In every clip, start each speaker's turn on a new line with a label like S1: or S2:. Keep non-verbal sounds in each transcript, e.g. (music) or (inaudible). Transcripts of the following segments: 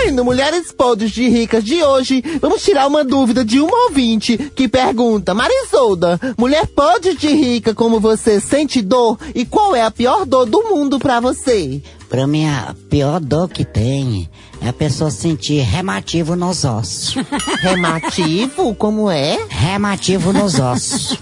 S1: Ai, no Mulheres Podres de Ricas de hoje, vamos tirar uma dúvida de um ouvinte que pergunta: Marisolda, mulher podre de rica como você sente dor? E qual é a pior dor do mundo pra você?
S2: Pra mim, a pior dor que tem é a pessoa sentir remativo nos ossos.
S1: Remativo? Como é?
S2: Remativo nos ossos.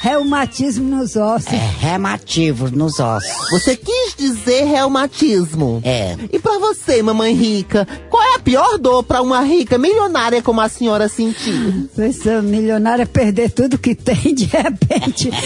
S3: Reumatismo É nos ossos.
S2: É remativo nos ossos.
S1: Você quis dizer reumatismo.
S2: É.
S1: E pra você, mamãe rica, qual é a pior dor pra uma rica milionária como a senhora sentir?
S3: Pessoa milionária é perder tudo que tem de repente. (laughs)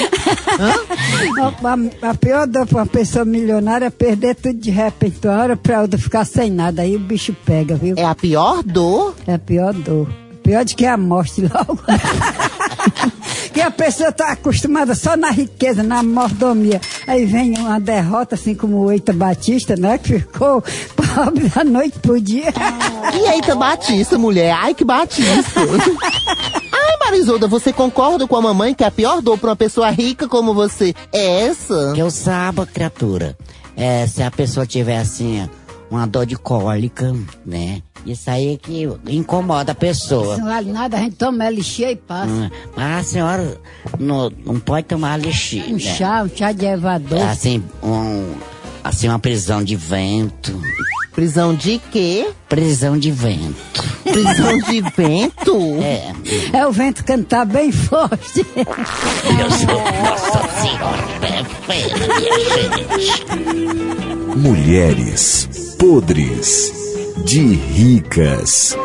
S3: a, a- a pior dor pra uma pessoa milionária é perder tudo de repente. Uma hora pra outra ficar sem nada. Aí o bicho pega, viu?
S1: É a pior dor?
S3: É a pior dor. Pior de que é a morte logo. (laughs) que a pessoa está acostumada só na riqueza, na mordomia. Aí vem uma derrota, assim como o Eita Batista, né? Que ficou (laughs) pobre da noite pro dia.
S1: E eita, Batista, mulher. Ai, que (laughs) Batista. Ai, Marisolda, você concorda com a mamãe que é a pior dor pra uma pessoa rica como você é essa?
S2: Que eu saiba, criatura, é, se a pessoa tiver assim, uma dor de cólica, né? Isso aí que incomoda a pessoa.
S3: Não vale nada, a gente toma elixir e passa.
S2: Hum, Mas a senhora não, não pode tomar elixir,
S3: Um
S2: né?
S3: chá, um chá de
S2: É,
S3: evador.
S2: Assim, um, assim, uma prisão de vento.
S1: Prisão de quê?
S2: Prisão de vento.
S1: Prisão de vento?
S2: É,
S3: É o vento cantar bem forte.
S2: eu sou Nossa Senhora perfeita, minha gente.
S4: Mulheres podres de ricas.